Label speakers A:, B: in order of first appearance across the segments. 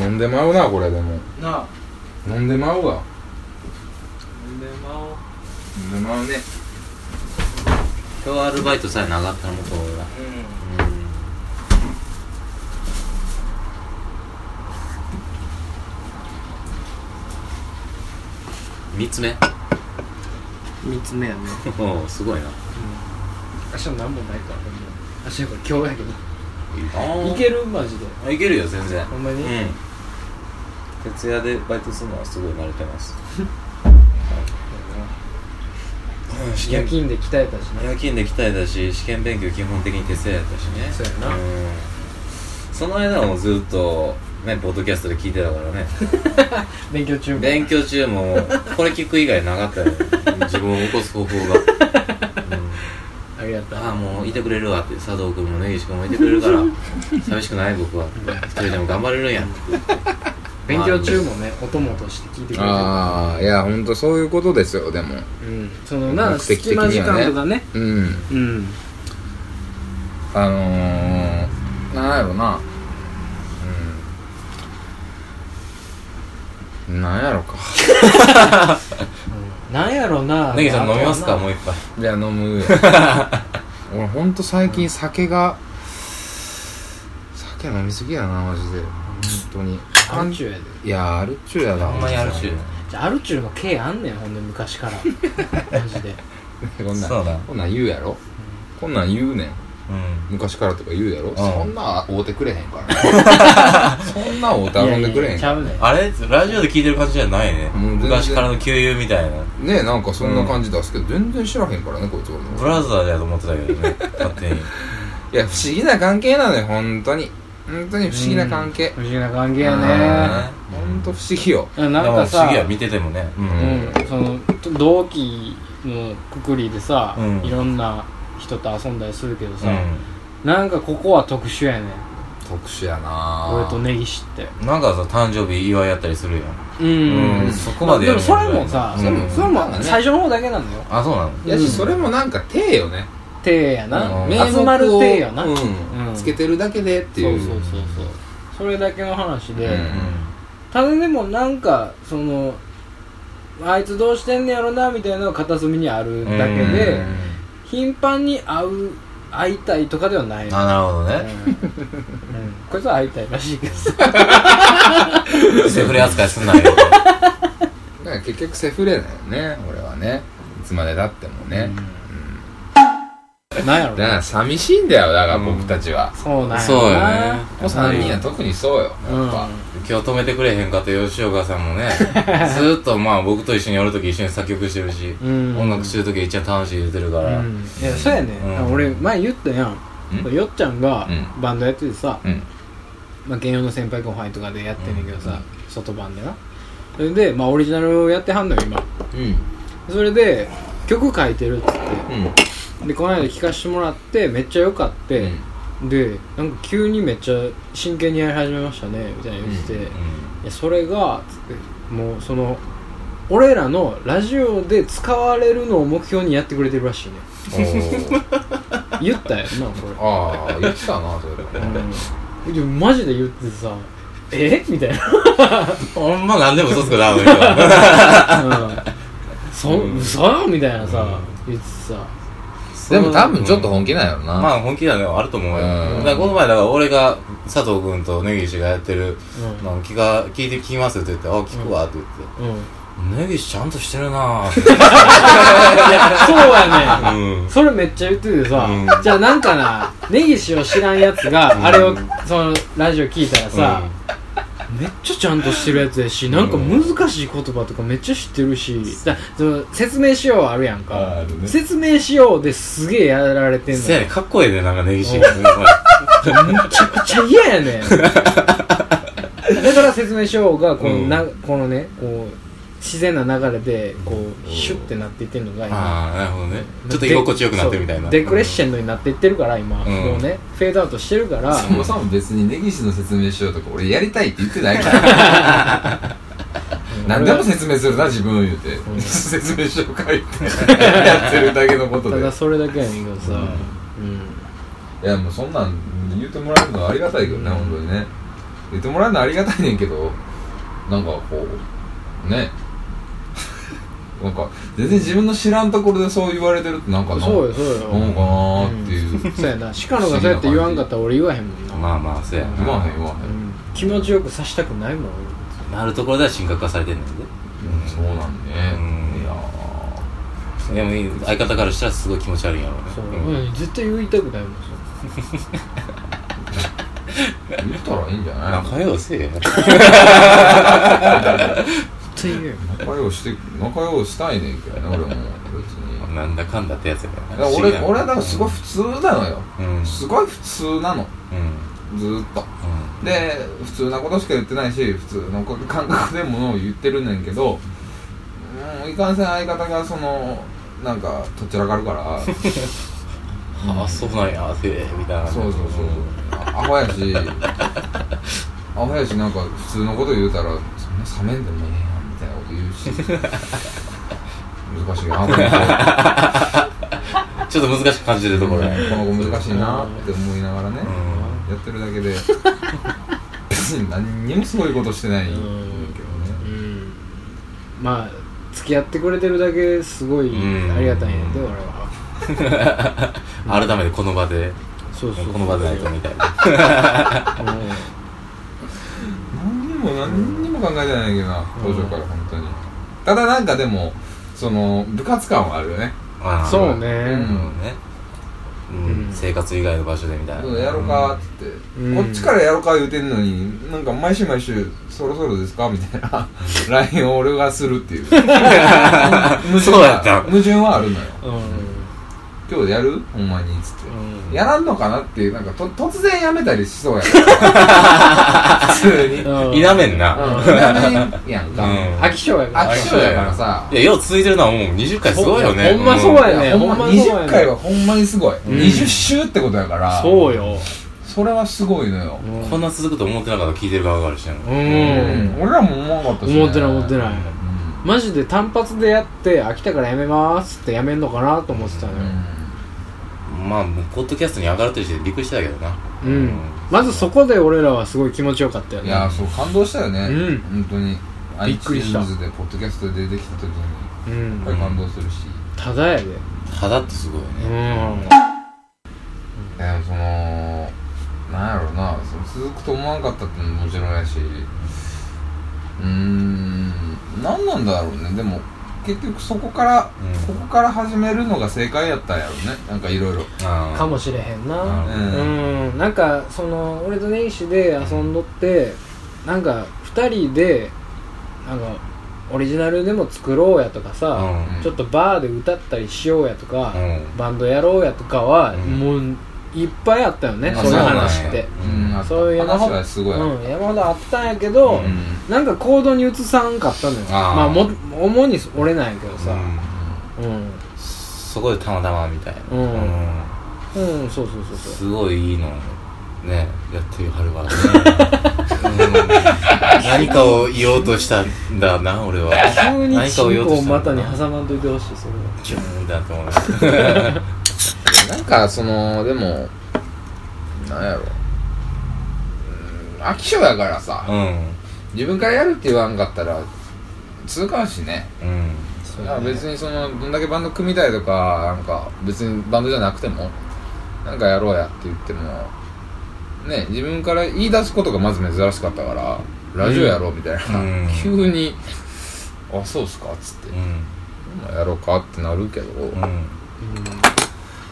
A: 飲んでまうなこれでも
B: なあ
A: 飲んでまうわ
B: 飲んでまおう
A: 飲んでまうね
C: 今日アルバイトさえなかったらもっと俺ら
B: う
C: うん3つ目
D: 3つ目やね
C: おおすごいな
B: 明日何もないからほんま
D: あしやから今日やけ
C: あ
B: いけるマジで
C: あいけるよ全然
B: ほんま
C: う
B: に、
C: ん徹夜でバイトするのはすごい慣れてます試
B: 夜勤で鍛えたしな
C: 夜勤で鍛えたし試験勉強基本的に徹夜やったしね
B: そうやなん
C: その間もずっとねポッドキャストで聞いてたから ね
B: 勉強中も
C: 勉強中もこれ聞く以外なかったよ自分を起こす方法が、うん
B: ありがとう
C: ああもういてくれるわって佐藤君も根岸君もいてくれるから 寂しくない僕は一人でも頑張れるんや
D: 勉強中もねお供として聞いてくれてる
A: ああいやほんとそういうことですよでも
D: うんそのな
A: 目的的に
D: 隙
A: は
D: 間
A: ね
D: 時間とかね
A: うん
D: うん
A: あのー、なんやろなうんなんやろか
B: なんやろな
C: 根岸さん飲みますかもう一杯
A: じゃあ飲むよ 俺ほんと最近酒が酒飲みすぎやなマジで本当に
D: アルチューやで
A: いやアル中やな
C: ほんまにあるし
D: じゃあアルチューの刑あんねんほんで昔からマジで
A: こんなん
C: そうだ
A: こんなん言うやろこんなん言うねん
C: うん
A: 昔からとか言うやろ、
C: ん
A: そんな会うてくれへん からなそんな会うて遊んでくれへん
D: いやいやち
A: か
D: ゃうねん
C: あれラジオで聞いてる感じじゃないね
A: もう全然
C: 昔からの旧友みたいな
A: らねえなんかそんな感じ出すけど、全然知らへんからねこいつ俺のこと
C: ブラザーだと思ってたけどね勝手に
A: いや不思議な関係なのよ本当に本当に不思議な関係
D: 不思議な関係やね
C: あ
A: 本当不思議よ
D: なん
C: でも
D: か
C: 不思
D: さ
C: 議や見ててもねうん
D: うん、その同期のくくりでさ、
C: うん
D: いろんな人と遊んだりするけどさ、
C: う
D: なんかここは特殊やねん
A: 特殊やな
D: 俺と根岸って
C: んなんかさ誕生日祝いやったりするや
D: うん
C: うん
D: ん
C: そこまで
D: で
C: やる
D: も
C: ん
D: そ
C: や
D: れもさ、
C: うん
D: それもそれ
A: まあね
D: も最初の方だけなのよ
C: あそうなの
A: いや
D: う
A: し
D: ん
A: それもなんか手よね
D: 手やな、
C: うん
A: 名
D: 集まる
A: 目を
D: 手やな、
A: うん
D: うん
A: つけてるだけでって
D: そ
A: いうう
D: そうそうそうそれだけの話で、
A: うん
D: ただでもなんかそのあいつどうしてんねやろなみたいなのが片隅にあるだけで、
A: うん
D: 頻繁に会う会いたいとかではないの
C: あなるほどね
D: うんうんこいつは会いたいらしいけどさ
C: セフレ扱いす んなよ
A: だから結局セフレだよね俺はねいつまでたってもね、
D: なんやろ
A: だか
D: な
A: ら寂しいんだよだから僕たちは、
D: そうなんや
C: そうよ
D: な
C: ね
A: この3人は特にそうよやっ
D: うん
A: ぱ、
C: 今日止めてくれへんかった吉岡さ んもねずーっとまあ僕と一緒にやるとき一緒に作曲してるし、
D: うん
C: 音楽してるとき一番楽しい言うてるか
D: う
C: ら、
D: んいやそうやね
C: うん
D: 俺前言ったや
A: うん
D: んよっちゃんが
A: う
D: バンドやっててさ
A: うん
D: まあ兼用の先輩後輩とかでやってんねんけどさ外番でなそれでまあオリジナルをやってはんのよ今
A: うん
D: それで曲書いてるっつっ
A: うん
D: てでこの間聴かしてもらってめっちゃ良かってでなんか急にめっちゃ真剣にやり始めましたねみたいな言ってていやそれがつってもうその俺らのラジオで使われるのを目標にやってくれてるらしいね
A: おー
D: 言ったよなこ
A: ああ言ってたなそれ
D: れ、
A: でもね
D: うん、でもマジで言ってさえみたい
C: ほんま何でも嘘つくなあの人は
D: な、うん、そ嘘みたいなさ言ってさ
A: でも多分ちょっと
C: うん
A: 本気なんやろな、
C: まあ本気なのはあると思うよ、
A: うん
C: だからこの前だから俺が佐藤君と根岸がやってる
D: うん
C: のを聞か聞いて聞きますって言って「あ聞くわ」って言って
D: うん、い
C: 「根岸ちゃんとしてるなぁ」
D: やそうやね、
C: うん
D: それめっちゃ言っててさ、
C: う
D: じゃあなんかな根岸を知らんやつがあれをそのラジオ聞いたらさ、めっちゃちゃんとしてるやつやしなんか難しい言葉とかめっちゃ知ってるしだその説明しようあるやんか
A: あるね
D: 説明しようですげえやられてんの
C: せや
D: め
C: ねかっこいいねなんか根岸
D: うん
C: う
D: ちゃくちゃ嫌や ねんだから説明しようがこの,、
C: うん
D: なこのねこう自然な流れでこうシュッてなっていってんのが
C: ん
D: 今
C: ああなるほどねちょっと居心地よくなってるみたいな
D: そうデクレッシェンドになっていってるから今、
C: うん
D: もうねフェードアウトしてるから
A: そもそも別に根岸の説明しようとか俺やりたいって言ってないから何でも説明するな自分を言うて、
D: ん
A: 説明しようか言ってやってるだけのこと
D: た
A: で
D: だそれだけやねんけどさ、うん
A: いやもうそんなん言ってもらえるのはありがたいけどね、本当にね言ってもらえるのはありがたいねんけどなんかこうね なんか全然自分の知らんところでそう言われてるってなんかな
D: そうよそ
A: な
D: う
A: ん
D: よ
A: かなーっていう、
D: そうやな鹿野がそうやって言わんかったら俺言わへんもんな、
C: まあまあそうや
A: 言わ
C: な
A: へん言わへ、
D: うんん、気持ちよくさしたくないもん
C: なるところでは神格化されてんねんで
A: うん、そうなんね、
C: うん
A: いや
C: でも相方からしたらすごい気持ち悪いんやろうね
D: そう、
C: ん
D: うん、絶対言いたくないもんそう
A: ー言ったらいいんじゃない
C: 仲良せえや
D: 絶対言うよ
A: 仲良して仲良したいねんけどね俺も別に
C: なんだかんだってやつやか
A: だからら
C: な
A: 俺俺はだからすごい普通なのよ
C: うんうんうん
A: すごい普通なのずーっとで普通なことしか言ってないし普通のこ感覚でものを言ってるねんけどうんいかんせん相方がそのなんかとっちらかるから
C: あそうなんやせえみたいな
A: そうそうそうあアホやしアホやしなんか普通のこと言うたらそんな冷めんでもええやんみたいなこと言うし難しいなこの子
C: うんちょっと難しく感じてるところや
A: この子難しいなって思いながらね、やってるだけで別に何にもすごいことしてないんだけどね
D: うんまあ付き合ってくれてるだけすごい
C: うん
D: ありがたいんやで俺は
C: うん改めてこの場で
D: そうそう
C: この場でないとみたいな
A: 何にも何にも考えてないけどな当初から本当にただなんかでもその部活感はあるよね
C: あー
D: そ
A: うん
D: うね、
C: うんねうん
D: うん
C: 生活以外の場所でみたい
A: そ
C: な
A: うやろうかって言って、
D: うん
A: こっちからやろうか言うてんのになんか毎週毎週「そろそろですか?」みたいな LINE を俺がする っていう矛
C: うん
A: 盾
C: そうや
A: は
C: った
A: 矛盾はあるのよ
D: うん
A: 今日やるほんまにっつって、
D: うん
A: やらんのかなっていうなんかと突然やめたりしそうや から普通に、うん、
D: うん
C: 否めんな
A: やめんやんか、
C: うん
D: 飽き性やか
A: 飽
D: ら
A: き性やからさ
C: いやよう続いてるのはもう20回すごいよね
D: ほんまそうやね
A: いやほんま
D: ほんまそうやね
A: 20回はほんまにすごい、
D: ん
A: 20週ってことやから
D: そうよ、
A: それはすごいのよ、
D: うん
C: こんな続くと思ってなかった聞いてる側があるしね
A: うん
D: うん
A: 俺らも思わなかったし、ね、
D: 思ってない思って
A: い、
D: ないマジで単発でやって飽きたからやめますってやめんのかなと思ってたの
A: う
D: よ
A: ん
C: まあもうポッドキャストに上がるって時点でびっくりしたけどな
D: うん、まずそこで俺らはすごい気持ちよかったよ
A: い
D: ね
A: やーそう感動したよね、
D: うん
A: 本当に
D: びっくりした
A: iTunes でポッドキャストで出てきた時にや
D: う
A: っ
D: ん
A: ぱり感動するし、
D: ただやで
C: 肌ってすごいよ
D: う
C: ね
D: ん
A: でもそのなんやろうなその続くと思わなかったってのももちろんやしうーん何なんだろうねでも結局そこから、
C: うん
A: ここから始めるのが正解やったんやろうねなんかいろいろ
C: あー
D: かもしれへんな
C: うん
D: うんなんかその俺と根岸で遊んどってなんか2人でなんかオリジナルでも作ろうやとかさ、
C: うん
D: ちょっとバーで歌ったりしようやとか、
C: うん
D: バンドやろうやとかは、
C: うん
D: もういっぱいあったよね、
A: あ
D: そういう話
A: そ
D: っ
A: う
D: て
C: うん
A: あ
D: そういうの
A: 話はすごいある、
D: うん、山ほどあったんやけど、
C: うん
D: なんか行動に移さんかったのよ
C: あー
D: まあも主に俺なんやけどさうん、
C: そこでたまたまみたいな
D: うん
C: うん
D: うんそうそうそうそう
C: すごいいいのねやってる はるわ、うん何かを言おうとしたんだな俺は
D: 急に
C: 何かを言
D: チ
C: お
D: ン
C: うと
D: コを
C: した
D: 股
C: んだな
D: に挟まんといてほしいそれは
C: ジューンだと思う
A: なんかそのでもなんやろううーん飽き性やからさ、自分からやるって言わんかったら続かんしね
C: うんうん
A: だから別にそのどんだけバンド組みたいとかなんか別にバンドじゃなくてもなんかやろうやって言ってもね自分から言い出すことがまず珍しかったからラジオやろうみたいな、
C: うん
A: 急に「あそうっすか」っつって
C: う
A: 「
C: ん
A: やろうか」ってなるけど、
C: うん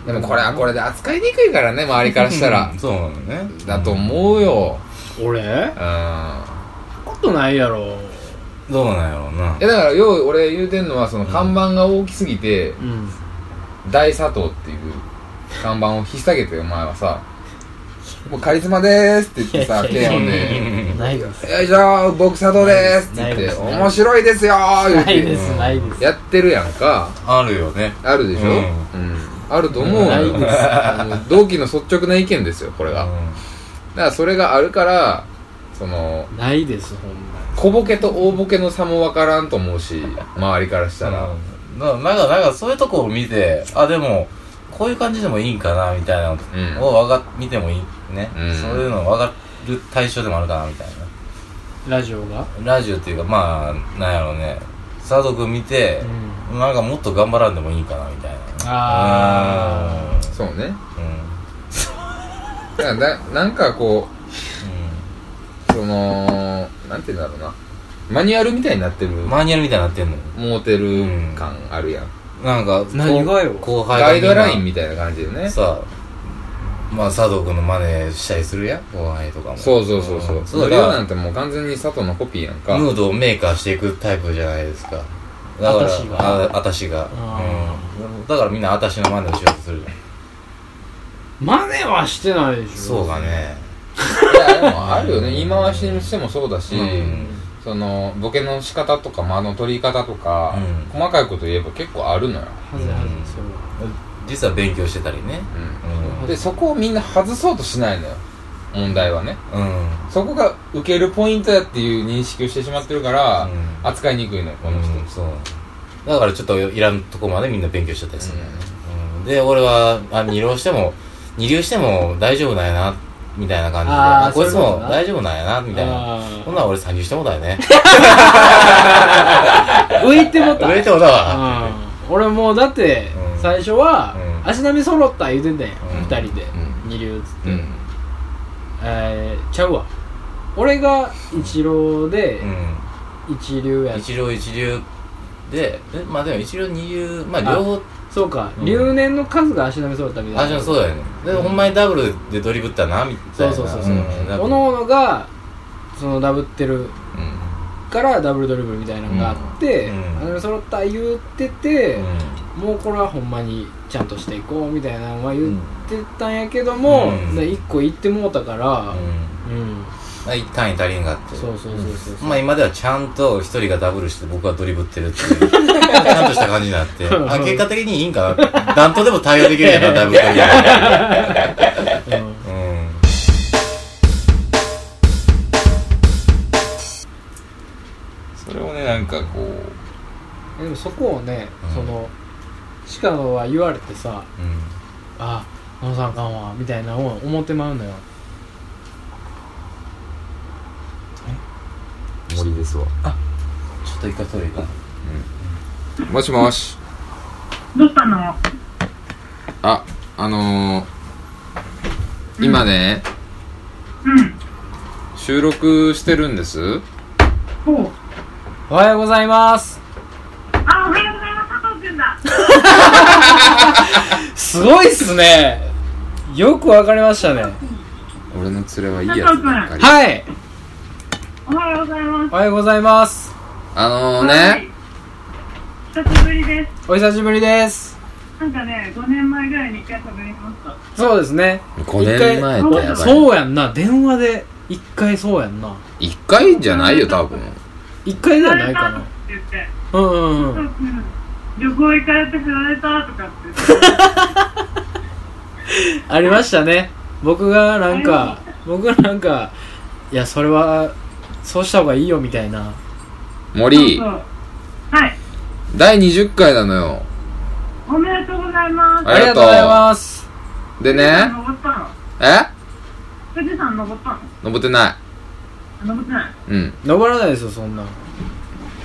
A: でもこれはこれで扱いにくいからね周りからしたら
C: うん、そうなのね
A: だと思うよ
D: 俺
A: うんいや
D: ことないやろ
C: どうなんやろうな
A: だからよう俺言うてんのはその看板が大きすぎて、
D: うん
A: 大佐藤っていう看板を引っ提げてお前はさ「もうカリスマでーす」って言ってさ
D: い
A: 剣
D: やいや
A: を
D: い
C: や
A: ね
C: うん
E: ないで
A: 「
E: す
A: よいしょー僕佐藤でーす」って
E: ないで
A: 言って「
E: すないです
A: 面白いですよー」言っ
E: ない
A: て
E: ですないです
A: やってるやんか
C: あるよね
A: あるでしょ
C: う
A: うんんあると思うの
E: ない
A: よ
E: です
A: あの同期の率直な意見ですよこれが
C: う
A: だか
C: ん
A: らそれがあるからその
D: ないですほんま
A: 小ボケと大ボケの差もわからんと思うし周りからしたら
C: うんななんかなんかそういうとこを見てあでもこういう感じでもいいんかなみたいなのをわが見てもいいね、
A: うん
C: そういうの分かっる対象でもあるかなみたい
D: ラジオが
C: なラジオっていうかまあなんやろうね佐藤君見て、なんかもっと頑張らんでもいいかなみたいな
D: あ
A: そうね
C: うんうん
A: だからだなんかこ
C: う
A: うそのなんて言うんだろうなマニュアルみたいになってる
C: んマニュアルみたいになってんの
A: モーテル感あるやん、
C: なんか
D: 何がよ
C: 後輩
A: ガイドライン
C: み
A: みたいな感じで
C: たい
A: ね
C: なさまあ佐藤君の真似したりするやん後輩とかも
A: そうそうそうそう
C: そう
A: リオ
C: だ
A: な
C: か
A: んてもう完全に佐藤のコピーやん
C: ら
A: か
C: ムードをメーカーしていくタイプじゃないですかだから
D: 私が
C: あ私が
D: あ
C: うんだからみんな私の真似をしようとするじゃん
D: 真似はしてないでしょ
C: そうかね
A: いやでもあるよね言い回しにしてもそうだし、
C: うん
A: そのボケの仕方とか間の取り方とか、
C: うん
A: 細かいこと言えば結構あるのよ、
D: はずはずそう
C: 実は勉強してたりね
A: うん、でそこをみんな外そうとしないのよ問題はね
C: うんうん
A: そこが受けるポイントだっていう認識をしてしまってるから、
C: うん
A: 扱いにくいのよこの人、
C: うんそうだからちょっといらんとこまでみんな勉強しちゃったりするのよね、うんで俺はあ二浪しても 二流しても大丈夫なんやなみたいな感じで
F: あー
C: あこいつ
F: そういうこと
C: も
F: な
C: 大丈夫なんやなみたいな
D: あ
C: ほんなら俺三流してもだよね
D: ー浮いてもた
C: 売れてもだわ
D: うん俺もうだって
C: うん
D: 最初は
C: うん
D: 足並み揃った言うてんだよ
C: うん
D: 2人で
A: う
D: 二流っつって
A: うん
D: えーちゃうわ俺が一郎で
C: う
D: 一流や
C: ん一浪一流でえまあでも一浪二流まあ
D: あ
C: 両方
D: そうか
C: うん
D: 留年の数が足並み揃ったみた
C: あ
D: い
C: じゃ
D: な
C: あそうだよねでほんまにダブルでドリブったなみたいな
D: そうそうそう
A: そうん
C: ダブ
D: お
C: ル
D: のおのがそのダブってる
A: うん
D: からダブルドリブルみたいなのがあって、
C: うんうん
D: 足並み揃った言ってて、
C: うん
D: もうこれはほんまにちゃんとしていこうみたいなのは言ってたんやけども、
C: うん
D: で一個言ってもうたから
C: う
D: うん、
C: ん、一単位足りんがあって
D: そうそうそうそうそう
C: まあ今ではちゃんと一人がダブルして僕はドリブってるっていう ちゃんとした感じになってあ結果的にいいんかななんとでも対応できるやん かダブルというのは
D: うん
C: うん
A: それをねなんかこう
D: でもそこをね、
C: う
D: そ
C: ん
D: の鹿野は言われてさ
C: うん
D: あ野呂さんあかんわみたいなのを思ってまうのよ
A: 森ですわ、
C: ちょっと一回トイレ行こ
A: もしもし
G: どうしたの
A: ああのー、今ね、
G: うん。
A: 収録してるんです
G: ほう。
D: おはようございます
G: あ、おはようございます、佐藤くんだ。
D: すごいっすねよくわかりましたね
A: 俺の連れはいいやつばっかり
D: はい
G: おはようございま
D: おはようございます
A: あのー、
G: す。
A: ね。
G: 久しぶりです。
D: お久しぶりです
G: なんかね、5年前ぐらいに一回喋りました。
D: そうですね
A: 5年前ってやばい
D: そうやんな電話で一回そうやんな
A: 一回じゃないよ多分
D: 一回ではないか
G: 振られたって
D: な
G: 言って、
D: うんうんう
G: 佐
D: ん
G: 藤くん、旅行行かれて振られたとかって言って。
D: ありましたね僕がなんか僕がなんかいやそれはそうした方がいいよみたいな
A: 森
G: そうそうはい。
A: 第20回なのよ
G: おめでとうございます。
A: ありがとう
D: ありがとうございます
A: でね
G: 富士山登ったの
A: え
G: 富士山登ったの
A: 登ってな
G: あ登ってない。
A: いうん
D: 登らないですよそんな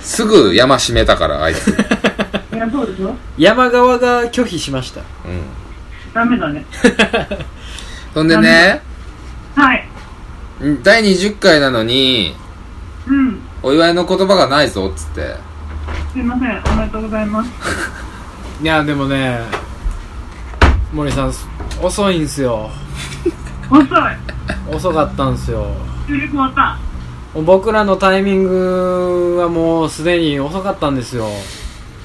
A: すぐ山閉めたからあい つうん
G: いや、そうでしょ
D: 山側が拒否しました
G: ダメだね。
A: そんでね
G: はい。
A: 第20回なのに
G: うん。
A: お祝いの言葉がないぞっつって
G: すいません。おめでとうございます。
D: いやでもね森さん遅いんすよ
G: 遅い。
D: 遅かったんすよ
G: 収録終わった。
D: 僕らのタイミングはもうすでに遅かったんですよ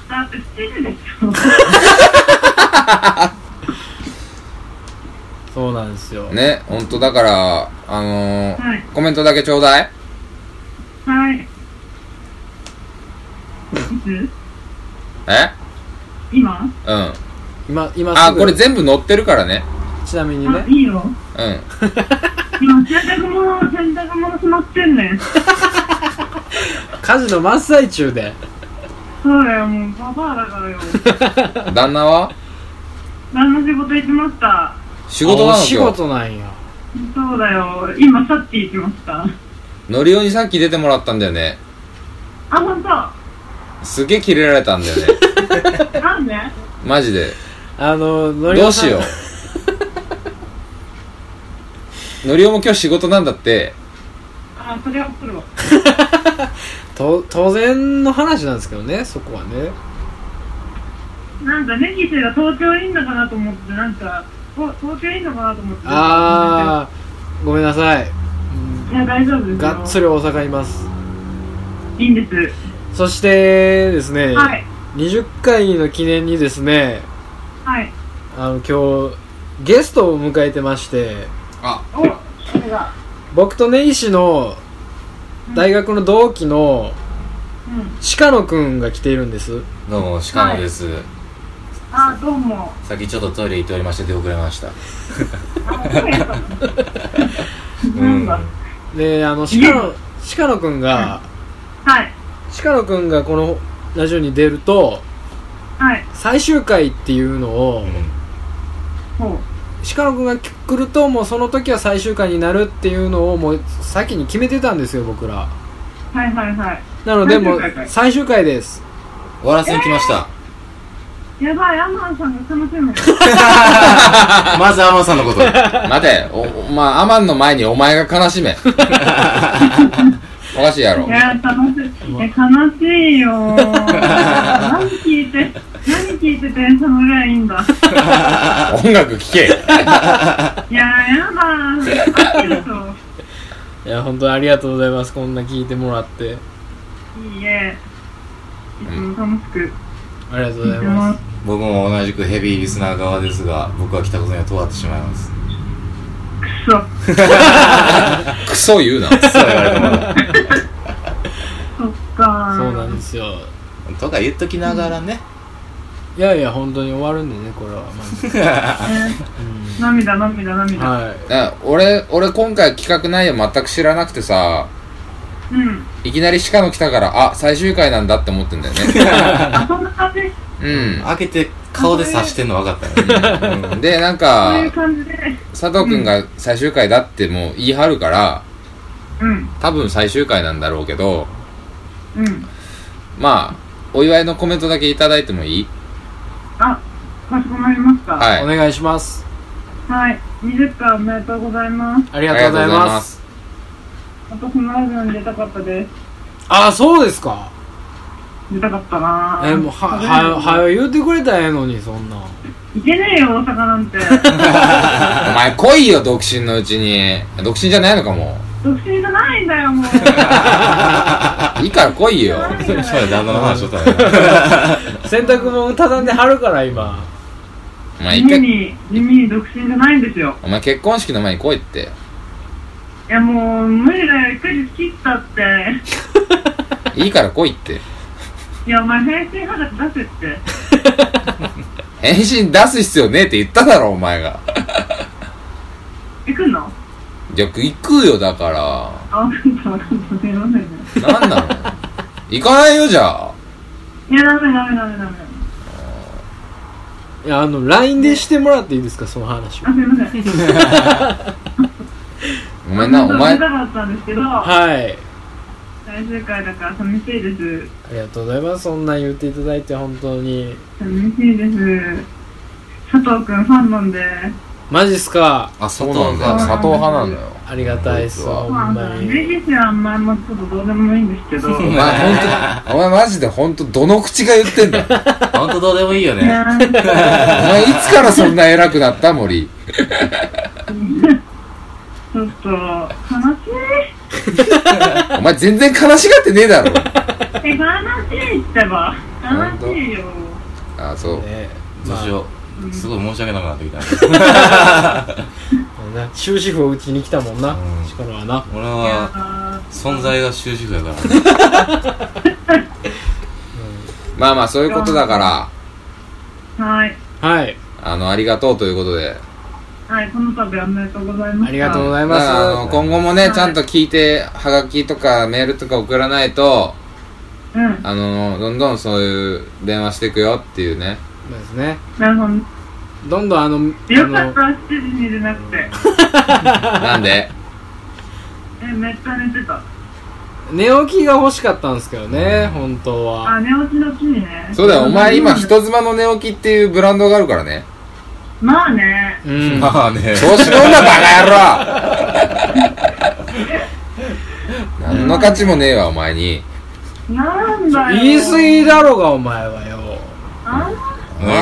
G: だって7時ですよ。
D: そうなんですよ、
A: ね本当だからあのー
G: はい
A: コメントだけちょうだい
G: はい。いつ
A: え
G: 今
A: うん
D: 今今す
A: あ
D: ぐ
A: これ全部載ってるからね
D: ちなみに
G: あ、
D: ね
G: いいよ。
A: うん
G: 今、洗濯物、洗濯物しまってんねん。
D: 家事の真っ最中で
G: そうだよ、もう、ババアだからよ。
A: 旦那は
G: 何の仕事行きました
A: 仕事な
D: あお
A: の
D: 仕
A: 今日
D: 事なんや
G: そうだよ。今、去っていきました。
A: のりおにさっき出てもらったんだよね
G: あ、ほんと。な
A: すげえキレられたんだよね
G: んで
A: マジで
D: あののり
A: ど
D: お
A: う
D: さん
A: しようのりおも今日仕事なんだって
G: あ、それは来るわ。
D: と当然の話なんですけどねそこはね
G: なんか、ネギシが東京いんのかなと思って、なんか、お東京いんのかなと思って。
D: ああごめんなさい
G: いや、大丈夫ですよ。
D: がっつり大阪います
G: いいんです。
D: そしてですね、
G: はい。
D: 20回の記念にですね
G: はい。
D: あの今日ゲストを迎えてまして
G: お、それが。
D: 僕と根岸の大学の同期の
G: うん。
D: 鹿野くんが来ているんです
C: どうも、鹿野です。
G: あ、どうも。
C: さっきちょっとトイレ行っておりまして出遅れました。
G: あ、そうやったの。なんだ。
D: であの鹿野鹿野くんが
G: はい。
D: 鹿野くんがこのラジオに出ると
G: はい。
D: 最終回っていうのを
G: ほう。
D: 鹿野くんが来るともうその時は最終回になるっていうのをもう先に決めてたんですよ僕ら
G: はいはいは
D: なのでもう
G: 最終回かい
D: 最終回です
C: 終わらせに来ま した。
G: い。やばい、アマンさんが楽しむ。
C: まずアマンさんのこと。
A: 待ておおまあアマンの前にお前が悲し めおかしいやろ
G: いや、楽しい。いや、悲しいよ。何聞いて、何聞いてて、そのぐらいいいんだ。
A: 音楽聴け
G: いや、やだ。飽きると。
D: いや本当にありがとうございますこんな聞いてもらって
G: いいえ。いつも楽しく。
D: ありがとうござい
G: い
D: ま
G: ます
C: 僕も同じくヘビーリスナー側ですが、僕は来たことにはとわってしまいます。
G: くそ。
A: クソ言うな
C: そう言われてもな
G: そっか。
D: そうなんですよ
C: とか言っときながらね。
D: いやいや本当に終わるんでねこれは まず
G: ね涙、涙、涙。
D: はい
A: あ俺俺今回企画内容全く知らなくてさ
G: うん。
A: いきなり鹿野来たからあ最終回なんだって思ってんだよね
G: あ、そんな感じ。
A: うん
C: 開けて顔で刺してんの分かったね。
A: うんでなん
G: そう
A: か
G: いう感じで。
A: 佐藤君が最終回だってもう言い張るから
G: うん。
A: 多分最終回なんだろうけど
G: うん。
A: まあお祝いのコメントだけいただいてもいい
G: あ、かしこまりました。
A: はい
D: お願いします
G: はい。20回おめでとうございます。
D: ありがとうございます
G: 私もラジオに出たかったです。
D: ああそうですか
G: 出たかったなぁ
D: えもうはははよ言うてくれたらええのにそんなん
G: いけねえよ、大阪な んて。
A: お前来いよ独身のうちに独身じゃないのかも
G: 独身じゃないんだよ、もう。
A: いいから来いよ
G: ない
C: そう
G: よ
C: そうや、旦那の話しとった ね。
D: 洗濯物畳んではるから今
A: お前一
G: 地味
A: 回
G: に、地味に独身じゃないんですよ。
A: お前結婚式の前に来いって
G: いや、もう、無理だよ、9時切ったって。
A: いいから来いって
G: いや、お前、返信肌出せって。
A: 返信出す必要ねえって言っただろお前が
G: 行くの
A: じゃあ行くよだか
G: あ、わかった、わかった、すいませんね。
A: らなんなの行かないよじゃあ
G: いや、ダメ、ダメ、ダメ、ダメ。
D: いやあの LINE でしてもらっていいですかその話を
G: あ、すいません。
A: ごめんなお前
G: 出たかったんですけど、
D: はい
G: 最終回だから寂しいです。
D: ありがとうございますそんなん言っていただいて本当に
G: 寂しいです。佐藤くんファンなんで、
D: マジっすか
A: あそうなんだよ
G: そう
A: 佐
G: なんだ
A: 藤派なんだよ
D: ありがたいっす
A: こいつは
D: ほん
G: まあ、
D: ま
G: ネ
D: に
G: ギシはあんまりちょっとどうでもいいんです けど、
A: お
G: い
A: 前本当お前マジで本当どの口が言ってんだよ
C: ほんとどうでもいいよね。
G: や
A: お前いつからそんな偉くなった森
G: ちょっと悲し
A: お前全然悲しがってねえだろ
G: い。え、悲しいってば、
A: 本当
G: 悲しいよ。
A: あそう
D: ね
C: どうしよう。すごい申し訳なくなってきたね。
D: まあね終止符を打ちに来たもんな
C: うん
D: 力はな
C: 俺
G: いや
C: は
G: ー
C: 存在が終止符やからね。
A: まあまあそういうことだから
G: はい。
D: はい
A: あのありがとうということで
G: はい、この度はおめでとうございました。
D: ありがとうご
G: い
D: ざい
A: だからあ
D: ま
A: の今後もねちゃんと聞いてはがきとかメールとか送らないと
G: ます。
A: あのどんどんそういう電話していくよっていうね
D: すそうですね
G: うん、なるほど。
D: どんどんあの
G: よかった
D: あ
G: 7時に出なくて
A: なんで
G: えめっちゃ寝てた
D: の寝起きが欲しかったんですけどね、本当は
G: あ寝落ちの日にね
A: そうだよ、お前今、人妻の寝起きっていうブランドがあるからね。
G: まあね
D: うん
C: まあね
A: 調子乗んな、バカ野郎何の価値もねえわ、お前に。
G: なんだよ
D: 言い過ぎだろうがお前はよ
G: あ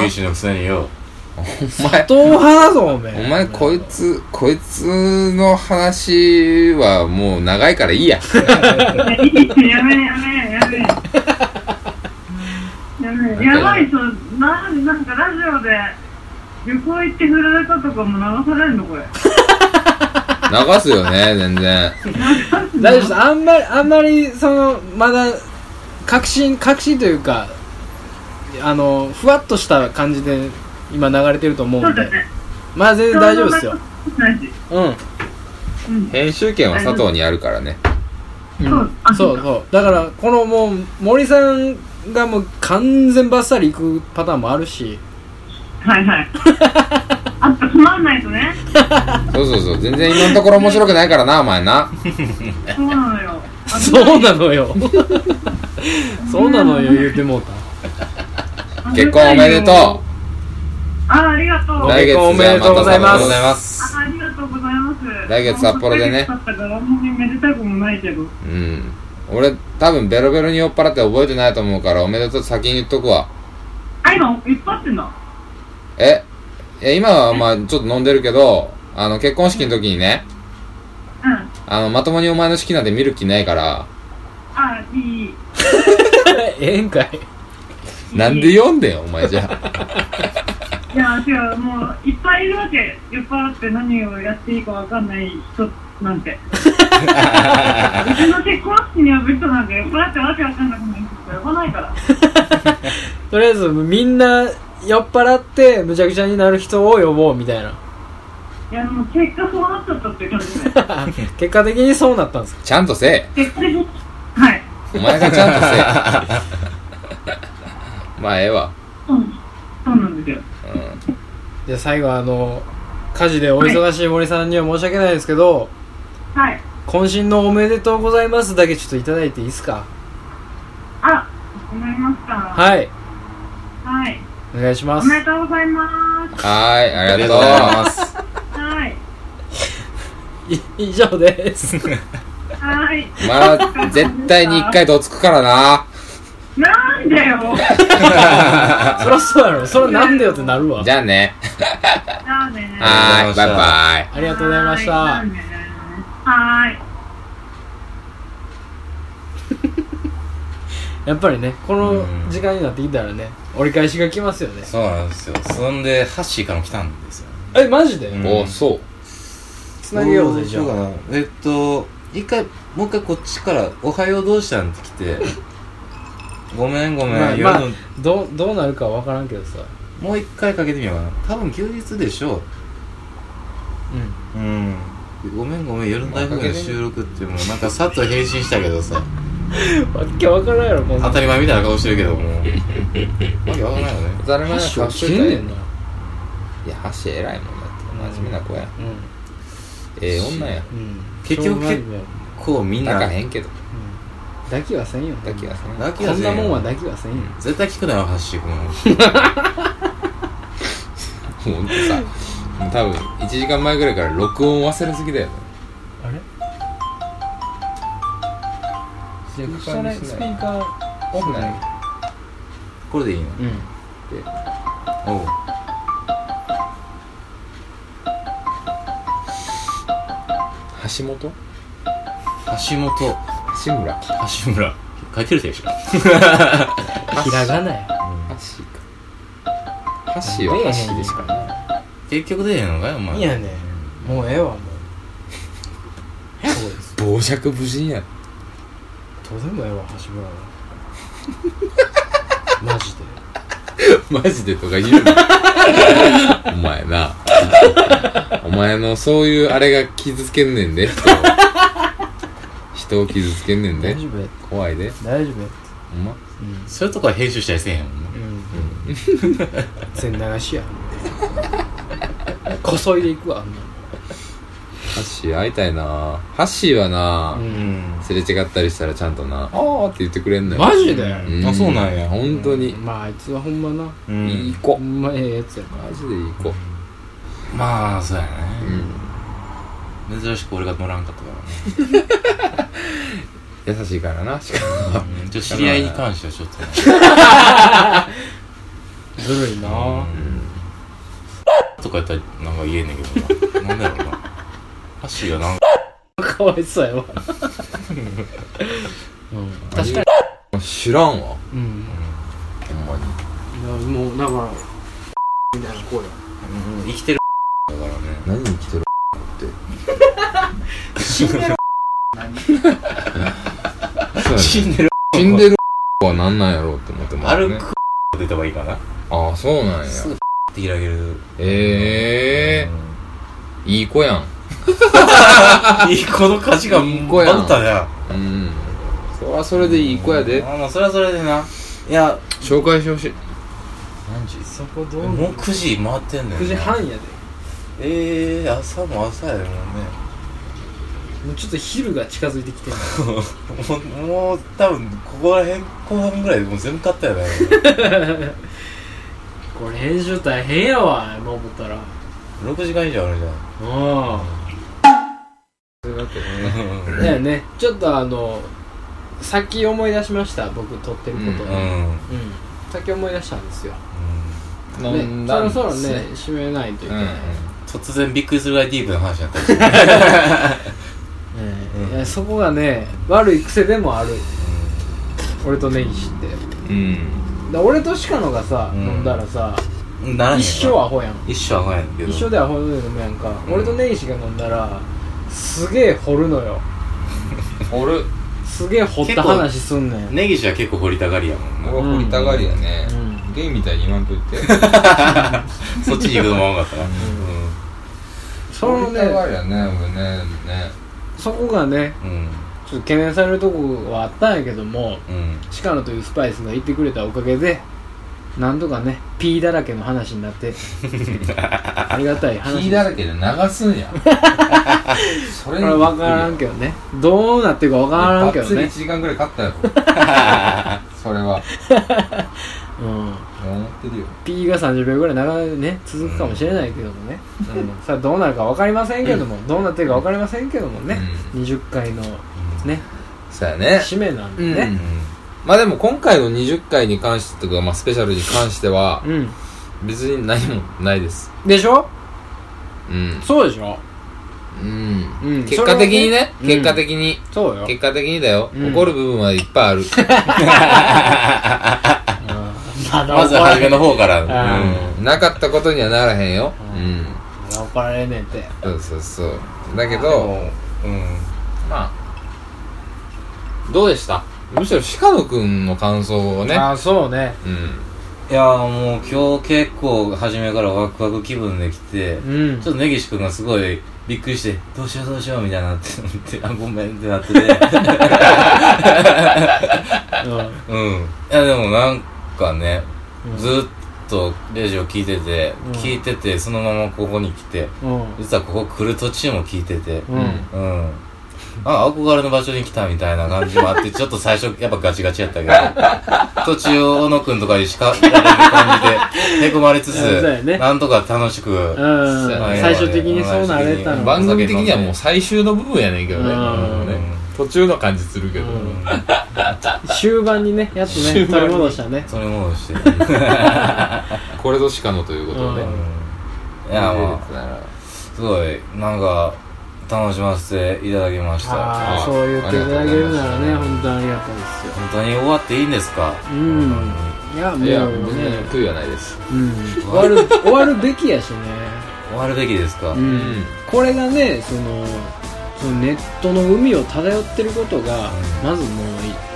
C: 野岸のくせによ
A: お前、
D: 党派だぞおめ
A: お
D: え
A: 前、こいつ、こいつの話はもう長いからいいや。
G: いやいいってやめやめやめやめやばいとななんかラジオで旅行行って振られたとかも流されるのこれ
A: 流すよね、全然。
D: 大丈夫ですあんまりあんまりそのまだ確信確信というかあのふわっとした感じで今流れてると思う
G: そ
D: ん
G: うだ
D: で
G: ね
D: まあ全然大丈夫ですよ
G: ないし
D: うん
G: うん
A: 編集権は佐藤にあるからね。
G: そうあ
D: そうそうだからこのもう森さんがもう完全バッサリいくパターンもあるし
G: はいはいあとつまんないとね
A: そうそうそう、全然今のところ面白くないからな、お前な。
G: そうなのよ
D: そうなの よそうなのよ言うてもうた
A: 結婚おめでと
G: あありがとう
A: う。
G: あ
A: 来月
D: おめでとうござい
A: じゃあま
D: ます
A: たおめでとうございます。
C: す
G: ありがとうございます
A: 来月札幌でね
G: もう札幌でよかったからあんまりめでたくもないけど
A: うん。俺、多分ベロベロに酔っ払って覚えてないと思うから、おめでとう先に言っとくわ。
G: あ今いっぱいってんだ
A: えいや今はまあちょっと飲んでるけど、あの、結婚式の時にね、
G: うん
A: あの、まともにお前の式なんて見る気ないから、
G: あいいいい
D: ええんかい
A: なんで読んでん、お前じゃあ。
G: いや違うもういっぱいいるわけ酔っ払って何をやっていいかわかんない人な んてうちの結婚式に呼ぶ人なんか酔っ払ってわけわかんなくなる人呼ばないから
D: とりあえずみんな酔っ払ってむちゃくちゃになる人を呼ぼうみたい な
G: いやもう結果そうなっちゃったっていう感じで
D: 結果的にそうなったんですか
A: ちゃんとせえ。
G: 結果的にはい
A: お前がちゃんとせえ。 まあ、ええわ。
G: うんそうなんですよ
D: じゃあ最後あの火事でお忙しい森さんには申し訳ないですけど
G: はい
D: 渾身の「おめでとうございます」だけちょっといただいていいですか
G: あ思いましたは
D: はい
G: い
D: お願いしま
G: お
D: す
G: めでとうございます
A: はーい、あ
C: あ
A: りがと
C: りがと
A: う
C: うございます
G: はい
D: い以上です
G: はい。
A: お前は絶対に一回どつくからな。
G: なんだよ
D: そりゃそうやろそれなんでよってなるわ
A: じゃあね。
G: ラーメンあ
A: はーい、バイバイ。
D: ありがとうございました
G: はーいはーい
D: やっぱりねこの
C: うん
D: 時間になってきたらね折り返しが来ますよね
C: そうなんですよそんでハッシーからも来たんですよ
D: えマジで、
C: うん
A: おそう。
D: つなげようぜじゃ
C: どうし
D: あ
C: ようかなえっと一回もう一回こっちから「おはようどうしたん?」って来て「ごめんごめん、
D: まあ
C: 夜の、
D: まどうどうなるかわからんけどさ
C: もう一回かけてみようかな多分休日でしょうんごめんごめん夜の台風の収録ってもうなんかさっと返信したけど
D: う
C: さ
D: んわっけわからんやろこんな
C: 当たり前みたいな顔してるけどもうわけわからないよね
A: 当たり前
D: ハッ
A: の
D: シュ
A: 顔し
D: 起
A: と
D: き
A: い
D: ん
A: たらえ
D: ね
A: え
D: んな
A: のいや、箸偉いもんだって。真面目な子や。
D: うん
A: ええ女や。
D: うん
C: 結局
D: しょうがないよ
C: こうみんな
A: 泣かへんけど。
D: 抱きはせんよ
A: だけはさ。
C: 泣き
D: こ
C: やせ
D: ん
C: んよ
D: なもんは抱きはせんよ
C: 絶対聞くなよハッシー君
A: もうほんとさ、もう多分1時間前ぐらいから録音忘れすぎだよね。
D: あれ
A: 静
D: スピーカー
A: オ
D: オ
A: フ
D: フ
A: な
D: ないい
C: これでいいの
D: うん
C: おう
A: 橋本
C: 橋本
A: 橋村
C: 橋村書いてるでしょ
D: ひらがなや
A: 橋か。橋は橋でしかない。
C: 結局出えへんのかよお前
D: いやねもうええわもうそうです
A: 傍若無人や。
D: どうでもええわ橋村はマジで
A: マジでとか言うな。 お前な。お前のそういうあれが傷つけんねんで、人を。人を傷つけんねんで
D: 大。丈夫やって
A: 怖いで。
D: 大丈夫やっ
A: ほんま
C: そういうとこは編集したりせえへんもんな
D: てうん全流しやこそいでいくわあんな
A: ハッシー会いたいなハッシーはな、
C: うん
A: すれ違ったりしたらちゃんとな「あー」って言ってくれんのよ
D: マジで
A: うん
C: あそうなんや
A: 本当に、
D: まああいつはほんまな
C: うん
A: いい子
D: ほんまええやつやから
A: マジでいい子
C: まあそうやね
A: うん
C: 珍しく俺が乗らんかったから
A: 優しいからなしかも
C: ねうんちょっと知り合いに関してはちょっとね
D: ずるいな
C: とかやったらなんか言えんねんけどななんだろうなハッシーがなんか
D: かわいそうやわうん確かに
A: 知らんわ
D: うん
A: ほんまに
D: もうだからみたいな声
C: うん生きてるだから
A: 何
C: ね
A: に来てるって死んでる
C: でる
A: 死んでるは何なんやろうって思っても
C: 歩
A: ね
C: く 出た方がいいかなっ
A: ああそうなんや
C: すて開ける
A: ええー、いい子やん
C: い い子の価値が
A: いい子やん
C: バレたね
A: うんそれはそれでいい子やで
C: あまあそれはそれでないや
A: 紹介してほしい
C: 何時
D: そこどう
C: もう9時回ってんねんな
D: 9時半やで
C: ええー、朝も朝やもんね
D: もうちょっと昼が近づいてきてる
C: もうもう多分ここら辺後半ぐらいでもう全部買ったよね
D: これ編集大変やわ今思ったら
C: 6時間以上あるじゃん
D: うんだよねちょっとあのさっき思い出しました僕撮ってること
C: う
D: を
C: ん、うん
D: うん、さっき思い出したんですよ、ね、
H: 飲ん
D: そ
H: だん
D: ろ
H: です
D: そろね締めないといけ
A: う
D: ない、
A: ん
C: 突然びっくりするぐらいディープな話だったし
D: えーいやそこがね悪い癖でもある俺と根岸って
A: うん
D: だ俺と鹿野がさ、
C: うん
D: 飲んだらさ
C: うんならへんよな
D: 一生アホやん
C: 一生アホやねんけど
D: 一緒でアホで飲むやんか、
C: うん
D: 俺と根岸が飲んだらすげえ掘るのよ
H: 俺
D: すげえ掘った話すんねん
C: 根岸は結構掘りたがりやもん
H: 俺は掘り
C: な
H: たがりや ね、
D: うん
H: ゲイみたいに言わんといて
C: そっちに行くのも多かっ たな、うん
D: そ
H: 掘
D: の
H: りたが
D: ね
H: りやね俺ねね
D: そこがね
C: うん
D: ちょっと懸念されるとこはあったんやけども
C: うん
D: 鹿野というスパイスが言ってくれたおかげでなんとかね P だらけの話になってありがたい話
H: ピーだらけで流すん やそ
D: こ
H: れ
D: れは分からんけどねどうなってるか分からんけど
H: バッ
D: ね
H: ツリ1時間ぐらい買ったやろ それは
D: うん
H: 思ってるよ
D: P が30秒ぐらい長いね続くかもしれないけどもね、さあどうなるか分かりませんけども、どうなってるか分かりませんけどもね、20回のね
A: そうやね
D: 締めなんで
A: う
D: ね
A: んまあでも今回の20回に関してとか、まあ、スペシャルに関しては
D: うん、
A: 別に何もないです
D: でしょ
A: うん
D: そうでしょ
A: うん
D: うん
A: 結果的にね
D: それはね
A: 結果的に
D: そうよ
A: 結果的にだよ
D: うん
A: 怒る部分はいっぱいある
D: まだ
C: まず
D: 怒
C: は
D: ら
C: 初
D: れ
C: めの方から
D: あ
C: うん
A: うんなかったことにはならへんようん
D: まだ怒られねえって
A: そうそうそうだけ
C: で
A: ど
C: もうん
A: まあどうでしたむしろ鹿野くんの感想をね
D: ああそうね
A: うん
C: いやーもう今日結構初めからワクワク気分で来て、
D: うん
C: ちょっと根岸君がすごいびっくりして、どうしようどうしようみたいになっ て、ってあ、ごめんってなってて。
D: う
C: うん。いやでもなんかね、
D: うん
C: ずーっとレジオ聞いてて、
D: うん
C: 聞いてて、そのままここに来て、
D: んうん
C: 実はここ来る途中も聞いてて、
D: うんうん
C: うん。あ、憧れの場所に来たみたいな感じもあって、ちょっと最初やっぱガチガチやった けど、途中、小野くんとかに叱られる感じで、へこまれつ
D: うん そうや
C: つ、
D: ね
C: なんとか楽しく、
A: うん
D: 最終的にそうなれたの
A: 番組的にはもう最終の部分やねんけどね
D: うん
A: ね途中の感じするけど
D: うん終盤にねやっとね取り戻したね
C: それ もして、うん
A: これぞ鹿野ということをね
D: うん
C: いや、
A: ま
C: まあ、すごい、なんか、楽しませていただきました。
A: ー
D: ああ
C: 本
D: そう言っていただけるならね本当ありがたいですよ
C: 当に終わっていいんですか
D: うんいやも
A: いや
D: う
A: 別
D: ね
A: に悔いはないです
D: うん終わる終わるべきやしね
C: 終わるべきですか、
D: うんこれがねそのそのネットの海を漂ってることがまずもう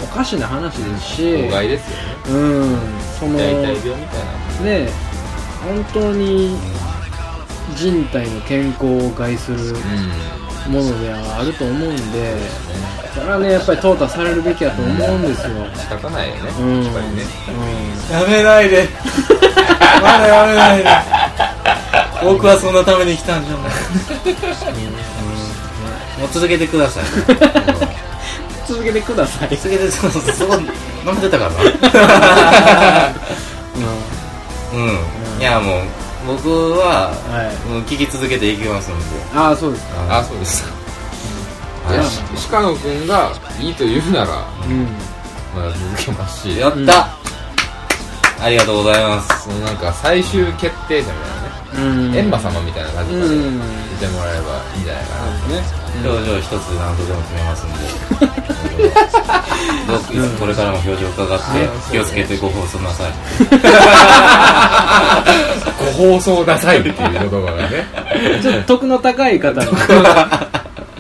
D: おかしな話ですし
A: 公害ですよね
D: うんその
A: 大体
D: ね
A: 病みたいな
D: 本当に人体の健康を害する
A: う
D: ものではあると思うんでそれはねやっぱり淘汰されるべきやと思うんですよ
A: ん仕方ないよね
D: うん、うん
A: やっぱりね
C: やめないでまだやめないで僕はそのために来たんじゃないうんうんもう続けてください
D: 続けてください
C: 続けてそうそうそこ飲んでたからなうんいやもう僕は
D: はい
C: もう聞き続けていきますので
D: ああそうです
A: あそうですかし鹿野くんがいいと言うなら
D: うん
A: まだ続けますし
C: やった、ありがとうございます
A: そのなんか最終決定者み
D: うん
A: たいなね、エンマ様みたいな感じで
D: うん
A: いてもらえばいいんじゃないかな、
C: 表情一つで何とでも決めますん でどうぞこれからも表情伺って気をつけてご放送なさい
A: ご放送なさいっていう言葉がね
D: ちょっと得の高い方の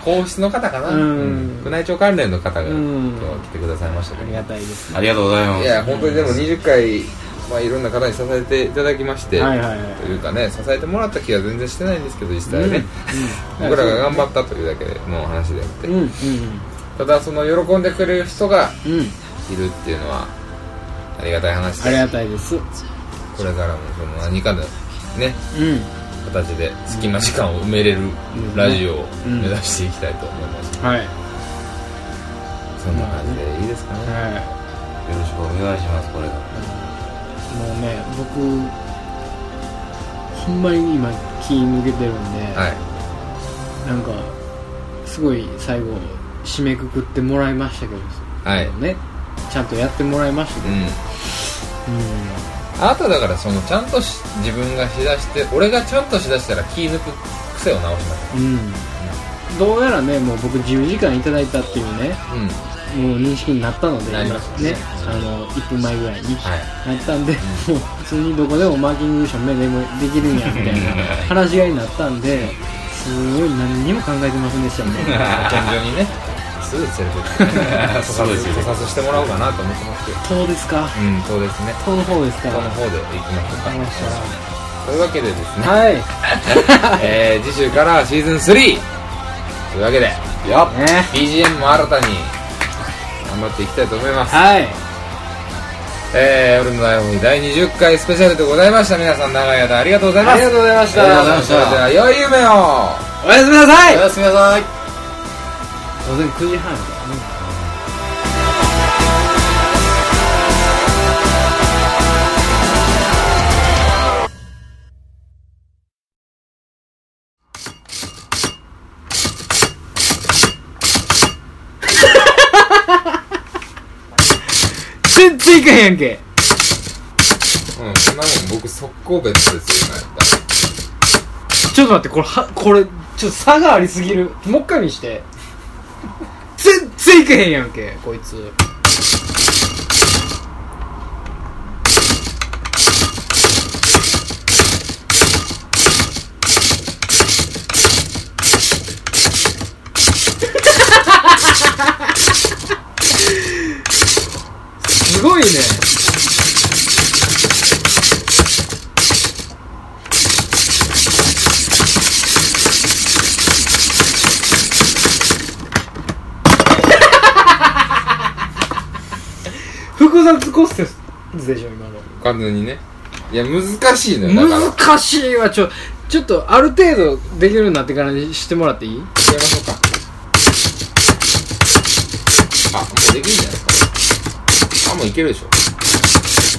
A: 皇室の方かな、
D: うん
A: 宮内庁関連の方が
D: ん
A: 今日は来てくださいましたけ
D: あ
A: ど、
D: りがたいです
C: ありがとうございます
A: いや本当にでも20回、まあ、いろんな方に支えていただきまして、
D: はいはいはい
A: というかね支えてもらった気は全然してないんですけど実際ね、 僕らが頑張ったというだけの話であって、
D: うんうん
A: ただその喜んでくれる人が
D: うんうん
A: いるっていうのはありがたい話
D: あり
A: で
D: が
A: す
D: たいですうん
A: これからもその何かのね形で隙間時間を埋めれるラジオを
D: ん
A: 目指していきたいと思います、
D: はい
A: そんな感じでいいですかね、
D: は
C: よろしくお願いしますこれか
D: いも
C: ら
D: うね僕ほんまに今気抜けてるんで
A: はい
D: なんかすごい最後締めくくってもらいましたけど
A: はい
D: ねちゃんとやってもらいましたけ
A: う
D: ど
A: ん
D: うん
A: あなただからそのちゃんとし自分がしだして俺がちゃんとしだしたら気抜く癖を直します
D: うん、どうやらねもう僕自由時間いただいたっていうね
A: うん
D: もう認識になったので
A: なりましたね
D: ねあの1分前ぐらいに
A: はい
D: なったんで、もう普通にどこでもマーキング署名でもできるんやみたいな話し合いになったんですごい何にも考えてませんでしたね
A: 天井にねすぐ連れてって
C: すごいですよ
A: 捕殺してもらおうかなと思ってますけど
D: 遠です
A: う
D: か
A: んそうですね
D: 遠の方ですか
A: こ
D: ら
A: の方で行きましょうか
D: わかりまし
A: というわけでです
D: た
A: ね、
D: はい
A: えー、次週からシーズン3というわけで
C: やっ
D: ね
A: BGM も新たに頑張っていきたいと思います
D: はい
A: えー、俺の台本第20回スペシャルでございました皆さん長い間ありがとうございますありがとうございましたありがとうございましたそれでは良い夢を
D: おやすみなさい
C: おやすみなさい
D: 午前9時半全然いかへんやんけ
A: うん、そんなもん僕速攻ベッドですよ、なんか。
D: ちょっと待ってこれはこれちょっと差がありすぎるもう一回見して全然いけへんやんけこいつ すごいね複雑骨折でしょ今の
A: 完全にね。いや、難しいのよ、だから。や
D: 難しいわちょちょっとある程度できるようになってからにしてもらっていい
A: りましょうか。あ、もうできるんじゃないですか。あ、もういけるでしょ。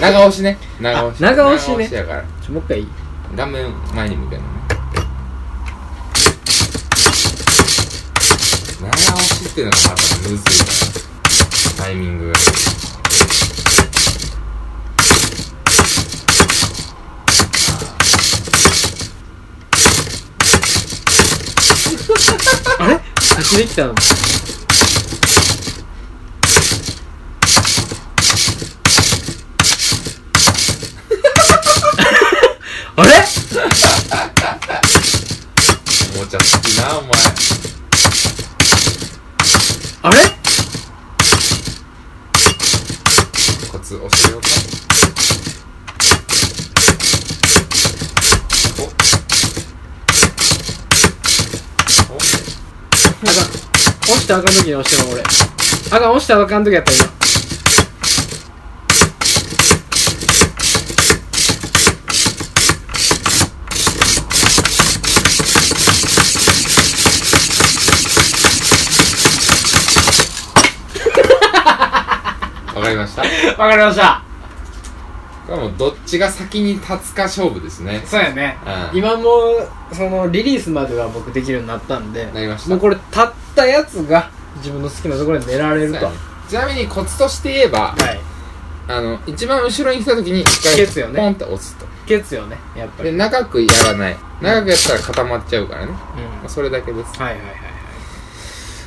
A: 長押しね。長押し。
D: あ長押し
A: 長
D: ね
A: 押しやから。
D: ちょもう一回いい
A: 画面前に向けるのね。長押しっていうのがまたむずいから。タイミングが。
D: 足できたの
A: おもちゃ
D: あれ
A: 好きな、お前。
D: あれ
A: コツ教えようか。
D: あかん押したらあかん時に押したの俺あかん押したらあかん時やった今
A: りました
D: わかりました
A: これはもうどっちが先に立つか勝負ですね
D: そうやね
A: うん
D: 今もうそのリリースまでは僕できるようになったんで
A: なりました
D: もうこれ立ったやつが自分の好きなところに寝られると
A: そうやねちなみにコツとして言えば
D: はい
A: あの一番後ろに来た時に一
D: ケツよ
A: 回
D: ね
A: ポンって押すと、
D: ケツよねやっぱり
A: で
D: うん
A: 長くやらない長くやったら固まっちゃうからね、まあ、それだけです
D: はいはいはい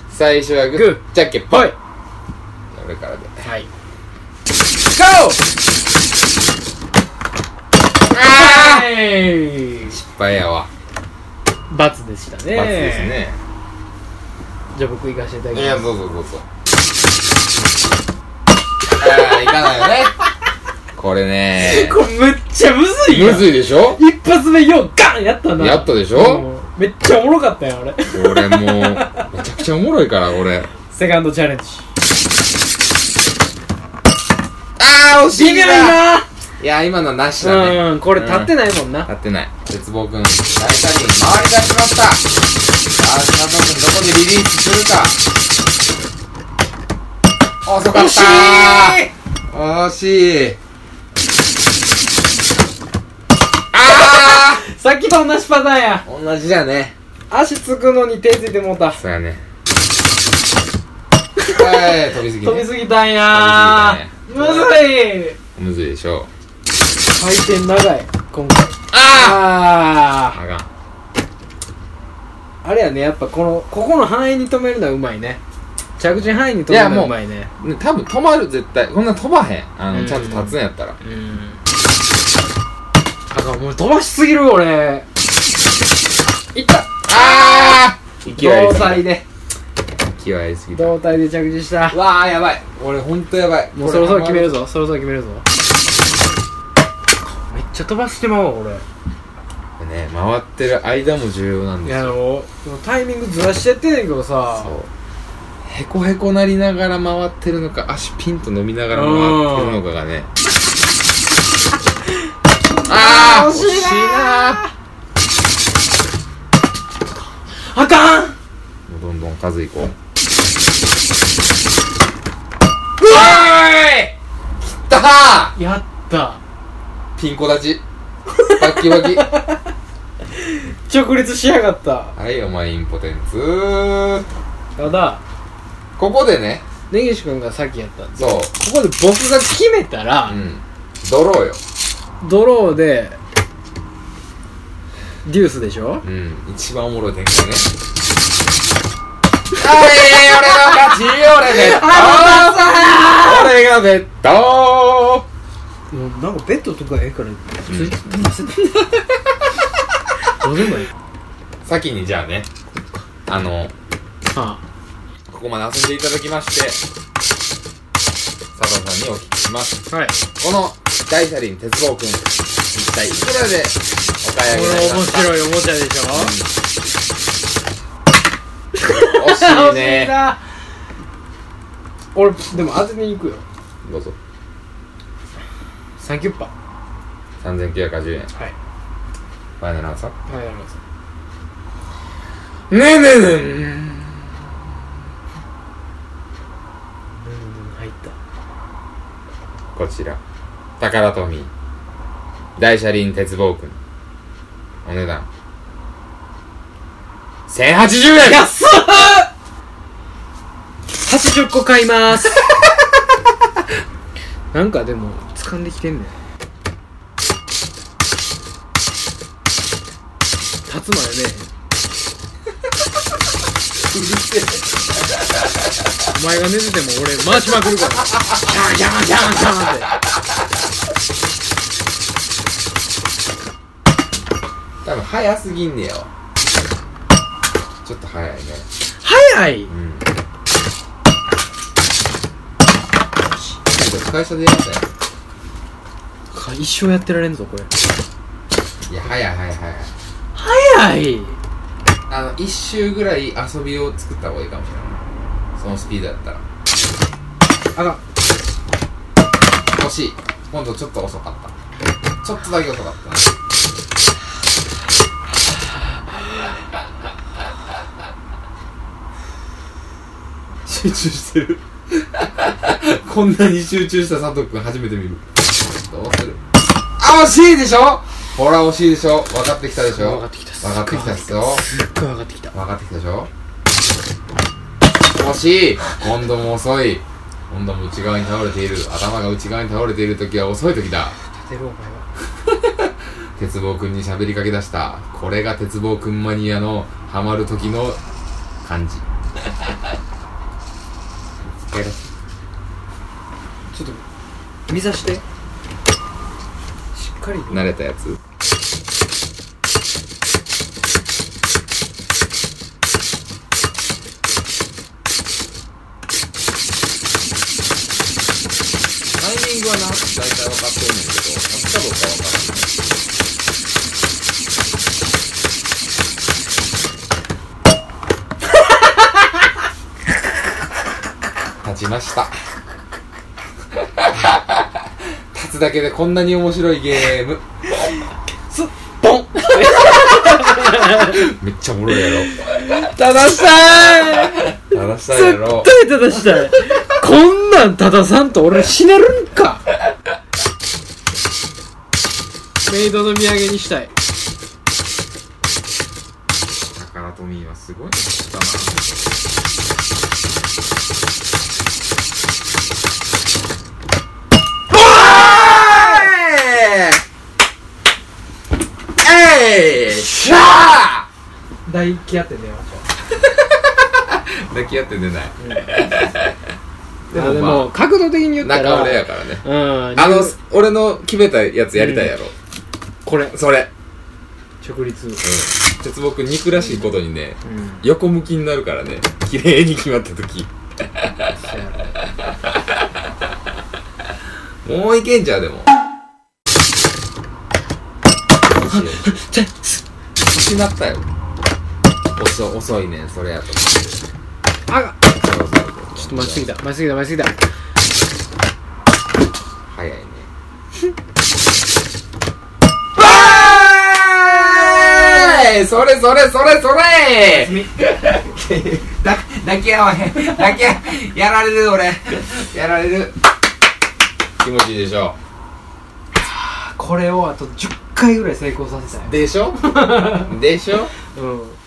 A: 最初はグ
D: グ
A: ーじゃんけんぽいじゃあ俺からで
D: はいはい
A: ああ
D: えい
A: 失敗やわ
D: 罰でしたね
A: 罰ですね
D: じゃあ僕行かせていただ
A: い
D: きま
A: や
D: す
A: どうぞどうぞああいかないよねこれね
D: これめっちゃむずい
A: む
D: やん
A: ずいでしょ
D: 一発目ようガンやったな
A: やったでし
D: も
A: ょ
D: うめっちゃおもろかったよ俺
A: これもうめちゃくちゃおもろいからこれ
D: セカンドチャレンジ
A: ああ惜し
D: 微
A: い
D: 妙
A: ない
D: ない
A: や今のなしだね
D: うんこれ立ってないもんな、
A: 立ってない絶望くん誰かに回りがしまった川島くんどこでリリースするか遅かった惜しいあ
D: さっきと同じパターンや
A: ー同じだね
D: 足つくのに手ついてもうた
A: そうやねはい飛びすぎね
D: 飛びすぎたんや
A: 飛
D: むずい
A: むずいでしょう
D: 回転長い今回
A: あ
D: あ
A: ああかん
D: ああれやねやっぱこのここの範囲に止めるのはうまいね着地範囲に止めるのはうまいね
A: ね多分止まる絶対こんな飛ばへんあの、
D: うん
A: ちゃんと立つんやったら
D: うんあかんもう飛ばしすぎる俺いった
A: ああ勢いあり
D: 胴
A: す
D: 体
A: ぎ
D: で
A: た勢いありすぎた
D: 胴体で着地した
A: わあやばい俺ほんとやばい
D: もうそろそろ決めるぞそろそろ決めるぞめっちゃ飛ばしてまうわ俺
A: これね回ってる間も重要なん
D: い
A: です
D: やあ
A: よ
D: のタイミングずらしてやってんねんけどさ
A: そうへこへこなりながら回ってるのか足ピンと伸びながら回ってるのかがねああ惜しいな
D: あかん
A: もうどんどん数いこううわーいきったー
D: やった
A: ピンコ立ちバッキバキ
D: 直立しやがった
A: はいお前インポテンツ
D: ただ
A: ここでね
D: 根岸君がさっきやったんです
A: そう
D: ここで僕が決めたら、
A: うんドローよ
D: ドローでデュースでしょ
A: うん、一番おもろい展開ね。あれ俺の勝ち俺ベッド俺がベッ
D: もうなんかベッドとかええから どうでもいい
A: ド先にじゃあね、あの、
D: あ
A: ここまで遊んでいただきまして、佐藤さんにお聞きします。
D: はい
A: この大車輪鉄棒くん、一体いくらでお買い
D: こ
A: 上げになり
D: れ
A: ま
D: 面
A: すか
D: 白いおもちゃでしょ
A: 惜しい
D: 惜しい
A: ね。
D: な俺でも当てに行くよ
A: どうぞ。
D: サンキュッパは
A: 3980円。フ
D: い
A: ァイナルアンサー
D: はいあります
A: ねえねえねえ。
D: 入った
A: こちら、宝トミー、大車輪鉄棒くん、お値段、1080円
D: 安っ80個買います なんかでも掴んできてんねん立つまでねうるせえお前が寝てても俺回しまくるからギャンギャンギャンギャンって
A: 多分早すぎんねやわ。ちょっと早いね。
D: 早い
A: うん。ちゃんと会社でやったよ。
D: か一生やってられんぞこれ
A: いや、早い早い早い。
D: 早い
A: あの、一周ぐらい遊びを作った方がいいかもしれない。そのスピードやったら。
D: あら
A: 惜しい。今度ちょっと遅かった。ちょっとだけ遅かったな。集中してる。こんなに集中した佐藤君初めて見るどうするあ惜しいでしょほら惜しいでしょ分かってきたでしょ
D: 分かってきた
A: 分かってきたっすよ
D: すっごい上がってきた
A: 分かってきたでしょ惜しい今度も遅い今度も内側に倒れている頭が内側に倒れている時は遅い時だ
D: 立てるお前は
A: 鉄棒くんに喋りかけ出したこれが鉄棒くんマニアのハマる時の感じ一回出して
D: ちょっと見さしてしっかり
A: 慣れたやつ
H: タイミングはな大体分かってるんだけど立ったどうか分からない
A: 立ちました立つだけでこんなに面白いゲームすっぽんめっちゃおもろいや
D: 立たしたい
A: ろ話したいやろ
D: 絶対立たしたいこんなん立たさんと俺死ねるんかメイドの土産にしたい
A: 宝トミーはすごい
D: 大気合って出まし
A: 抱き合って出ない
D: でも,、
A: でもまあ
D: でも角度的に言ったら
A: 中俺やからね
D: うん
A: あの俺の決めたやつやりたいやろ、
D: これ
A: それ
D: 直立
A: 鉄棒くん肉らしいことにね、
D: うん
A: 横向きになるからね綺麗に決まった時もういけんじゃうでも失ったよ遅遅いねんそれやと
D: あ
A: そうそうそう
D: ちょっと待ちすぎた待ちすぎた待ちすぎた
A: 早いねわーいそれそれそれそれ
H: だ抱き合わへん抱き合やられる俺やられる
A: 気持ちいいでしょ
D: これをあと10回ぐらい成功させたい
A: でしょでしょ
D: うん